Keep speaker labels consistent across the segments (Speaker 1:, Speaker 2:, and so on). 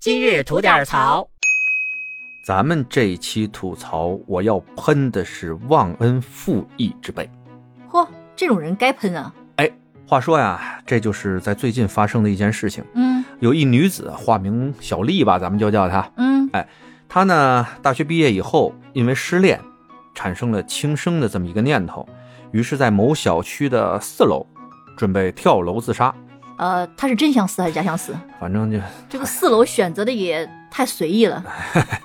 Speaker 1: 今日吐点槽。
Speaker 2: 咱们这一期吐槽，我要喷的是忘恩负义之辈。
Speaker 1: 嚯，这种人该喷啊！
Speaker 2: 话说呀，这就是在最近发生的一件事情。
Speaker 1: 嗯
Speaker 2: 有一女子，化名小丽吧，咱们就叫她。
Speaker 1: 嗯
Speaker 2: 她呢，大学毕业以后，因为失恋，产生了轻生的这么一个念头，于是，在某小区的四楼，准备跳楼自杀。
Speaker 1: 呃，他是真想死还是假想死？
Speaker 2: 反正就
Speaker 1: 这个四楼选择的也太随意了。
Speaker 2: 哎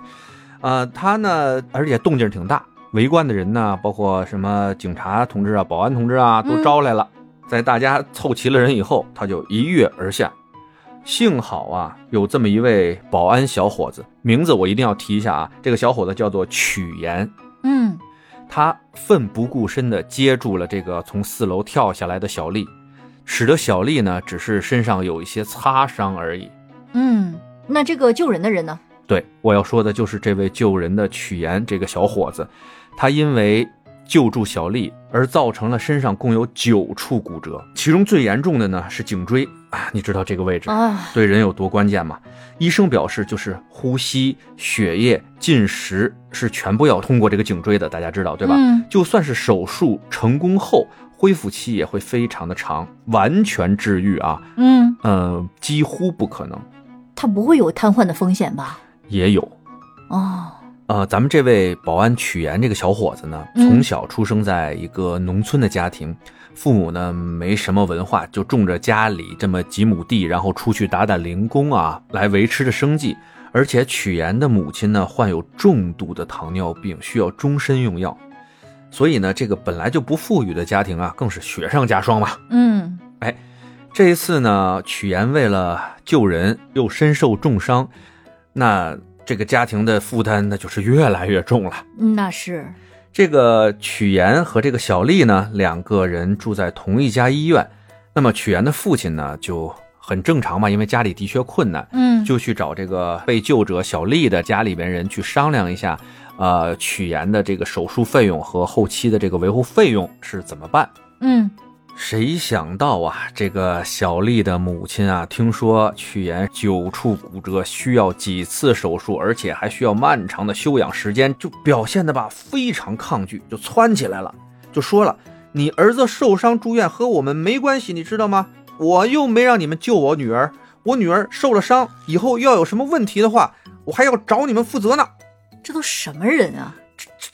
Speaker 2: 呃，他呢，而且动静挺大，围观的人呢，包括什么警察同志啊、保安同志啊，都
Speaker 1: 嗯
Speaker 2: 招来了。在大家凑齐了人以后，他就一跃而下。幸好啊，有这么一位保安小伙子，名字我一定要提一下啊。这个小伙子叫做曲岩，
Speaker 1: 嗯
Speaker 2: 他奋不顾身地接住了这个从四楼跳下来的小丽，使得小丽呢只是身上有一些擦伤而已。
Speaker 1: 嗯，那这个救人的人呢？
Speaker 2: 对，我要说的就是这位救人的曲岩这个小伙子，他因为救助小丽而造成了身上共有九处骨折，其中最严重的呢是颈椎啊，你知道这个位置
Speaker 1: 啊，
Speaker 2: 对人有多关键吗？医生表示，就是呼吸、血液、进食是全部要通过这个颈椎的，大家知道对吧？
Speaker 1: 嗯
Speaker 2: 就算是手术成功后，恢复期也会非常的长，完全治愈啊，
Speaker 1: 嗯，
Speaker 2: 呃，几乎不可能，
Speaker 1: 他不会有瘫痪的风险吧？
Speaker 2: 也有。
Speaker 1: 哦，
Speaker 2: 呃，咱们这位保安曲岩这个小伙子呢，
Speaker 1: 嗯
Speaker 2: 从小出生在一个农村的家庭，父母呢没什么文化，就种着家里这么几亩地，然后出去打打零工啊，来维持着生计。而且曲岩的母亲呢患有重度的糖尿病，需要终身用药，所以呢，这个本来就不富裕的家庭啊，更是雪上加霜吧。
Speaker 1: 嗯
Speaker 2: 这一次呢，曲岩为了救人又身受重伤，那这个家庭的负担那就是越来越重了。
Speaker 1: 那是，
Speaker 2: 这个曲岩和这个小丽呢，两个人住在同一家医院。那么曲岩的父亲呢，就很正常嘛，因为家里的确困难，
Speaker 1: 嗯
Speaker 2: 就去找这个被救者小丽的家里边人去商量一下，呃，曲岩的这个手术费用和后期的这个维护费用是怎么办。
Speaker 1: 嗯
Speaker 2: 谁想到啊，这个小丽的母亲啊，听说曲岩九处骨折，需要几次手术，而且还需要漫长的休养时间，就表现的吧非常抗拒，就窜起来了，就说了：“你儿子受伤住院和我们没关系，你知道吗？我又没让你们救我女儿，我女儿受了伤以后要有什么问题的话，我还要找你们负责呢。”
Speaker 1: 这都什么人啊？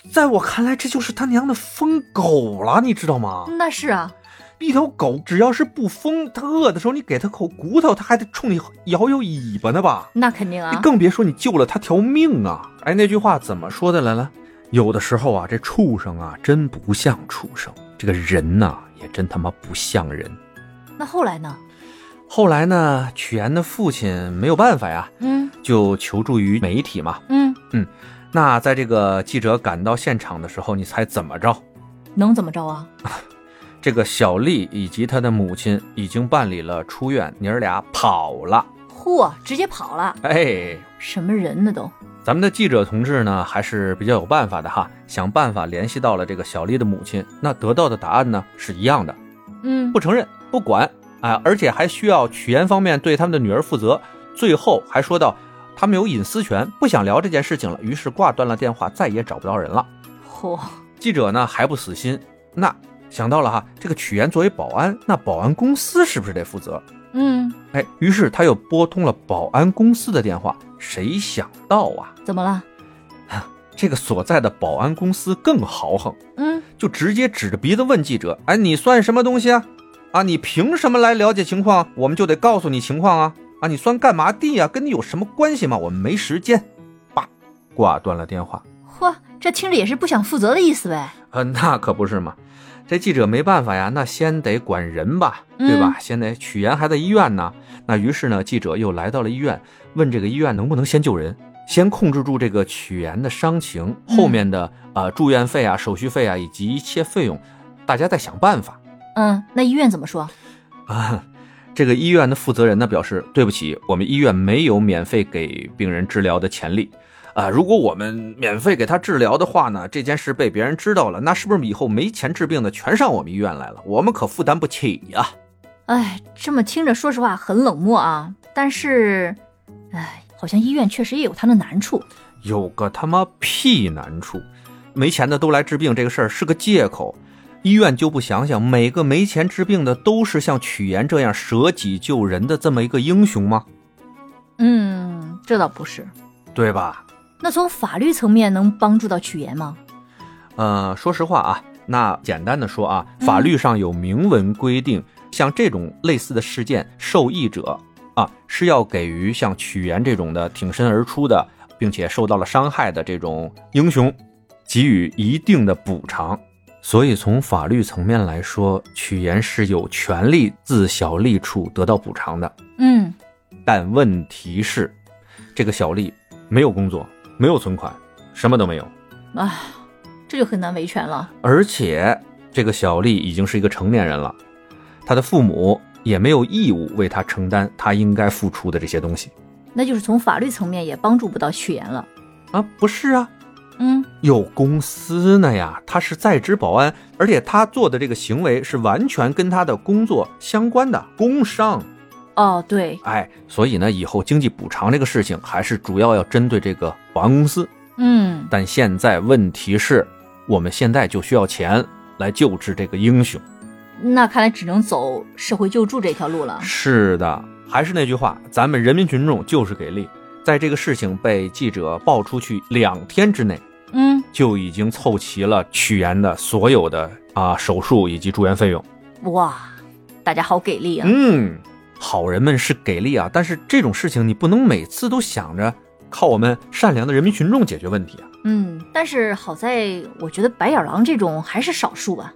Speaker 2: 在我看来，这就是他娘的疯狗了，你知道吗？
Speaker 1: 那是啊，
Speaker 2: 一条狗只要是不疯，它饿的时候你给它口骨头，它还得冲你摇摇尾巴呢吧？
Speaker 1: 那肯定
Speaker 2: 你
Speaker 1: 啊。
Speaker 2: 更别说你救了它条命啊！哎，那句话怎么说的来了？有的时候啊，这畜生啊，真不像畜生，这个人呐、也真他妈不像人。
Speaker 1: 那后来呢？
Speaker 2: 后来呢，曲岩的父亲没有办法呀，
Speaker 1: 嗯
Speaker 2: 就求助于媒体嘛。
Speaker 1: 嗯，
Speaker 2: 那在这个记者赶到现场的时候，你猜怎么着？
Speaker 1: 能怎么着啊？
Speaker 2: 这个小丽以及她的母亲已经办理了出院，娘儿俩跑了。
Speaker 1: 嚯，直接跑了，
Speaker 2: 哎，
Speaker 1: 什么人呢都？
Speaker 2: 咱们的记者同志呢，还是比较有办法的哈，想办法联系到了这个小丽的母亲。那得到的答案呢是一样的，
Speaker 1: 嗯
Speaker 2: 不，承认，不管啊，而且还需要曲岩方面对他们的女儿负责。最后还说到，他们有隐私权，不想聊这件事情了，于是挂断了电话，再也找不到人了。
Speaker 1: 嚯，
Speaker 2: 记者呢还不死心，那想到了哈，这个曲岩作为保安，那保安公司是不是得负责？
Speaker 1: 嗯，
Speaker 2: 哎，于是他又拨通了保安公司的电话，谁想到啊？
Speaker 1: 怎么了？
Speaker 2: 这个所在的保安公司更豪横，
Speaker 1: 嗯，
Speaker 2: 就直接指着鼻子问记者：“哎，你算什么东西啊？啊，你凭什么来了解情况？我们就得告诉你情况啊！啊，你算干嘛的呀、跟你有什么关系吗？我们没时间。”叭，挂断了电话。
Speaker 1: 嚯，这听着也是不想负责的意思呗。
Speaker 2: 呃，那可不是嘛。这记者没办法呀，那先得管人吧，对吧？先得曲岩还在医院呢，那于是呢，记者又来到了医院，问这个医院能不能先救人，先控制住这个曲岩的伤情，
Speaker 1: 嗯
Speaker 2: 后面的呃住院费啊、手续费啊以及一切费用，大家再想办法
Speaker 1: 嗯，那医院怎么说？
Speaker 2: 啊。这个医院的负责人呢表示，对不起，我们医院没有免费给病人治疗的潜力。啊，如果我们免费给他治疗的话呢，这件事被别人知道了，那是不是以后没钱治病的全上我们医院来了？我们可负担不起呀、
Speaker 1: 哎，这么听着，说实话很冷漠啊。但是，哎，好像医院确实也有它的难处。
Speaker 2: 有个他妈屁难处！没钱的都来治病这个事儿是个借口，医院就不想想每个没钱治病的都是像曲岩这样舍己救人的这么一个英雄吗？
Speaker 1: 嗯，这倒不是。
Speaker 2: 对吧？
Speaker 1: 那从法律层面能帮助到曲岩吗？
Speaker 2: 呃，说实话啊，那简单的说啊，法律上有明文规定，像这种类似的事件，受益者啊是要给予像曲岩这种的挺身而出的，并且受到了伤害的这种英雄，给予一定的补偿。所以从法律层面来说，曲岩是有权利自小利处得到补偿的。
Speaker 1: 嗯，
Speaker 2: 但问题是，这个小丽没有工作，没有存款，什么都没有，
Speaker 1: 哎，这就很难维权了。
Speaker 2: 而且这个小丽已经是一个成年人了，她的父母也没有义务为她承担她应该付出的这些东西
Speaker 1: 那就是从法律层面也帮助不到曲岩了。
Speaker 2: 啊，不是啊。
Speaker 1: 嗯，
Speaker 2: 有公司呢呀，她是在职保安，而且她做的这个行为是完全跟她的工作相关的，工伤。
Speaker 1: 哦，对，
Speaker 2: 哎，所以呢，以后经济补偿这个事情还是主要要针对这个保安公司。
Speaker 1: 嗯，
Speaker 2: 但现在问题是，我们现在就需要钱来救治这个英雄。
Speaker 1: 那看来只能走社会救助这条路了。
Speaker 2: 是的，还是那句话，咱们人民群众就是给力。在这个事情被记者爆出去两天之内，
Speaker 1: 嗯，
Speaker 2: 就已经凑齐了曲岩的所有的啊手术以及住院费用。
Speaker 1: 哇，大家好给力啊！
Speaker 2: 嗯，好人们是给力啊，但是这种事情你不能每次都想着靠我们善良的人民群众解决问题啊。
Speaker 1: 嗯，但是好在我觉得白眼狼这种还是少数啊吧。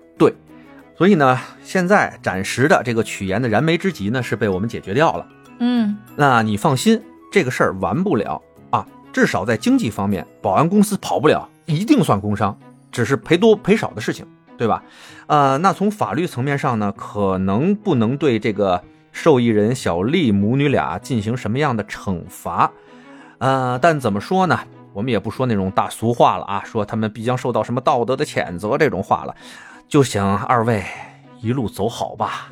Speaker 2: 所以呢，现在暂时的这个曲岩的燃眉之急呢是被我们解决掉了。
Speaker 1: 嗯，
Speaker 2: 那你放心，这个事儿完不了啊，至少在经济方面，保安公司跑不了，一定算工伤，只是赔多赔少的事情，对吧？呃，那从法律层面上呢，可能不能对这个受益人小丽母女俩进行什么样的惩罚，呃，但怎么说呢？我们也不说那种大俗话了啊，说他们必将受到什么道德的谴责这种话了，就想二位一路走好吧。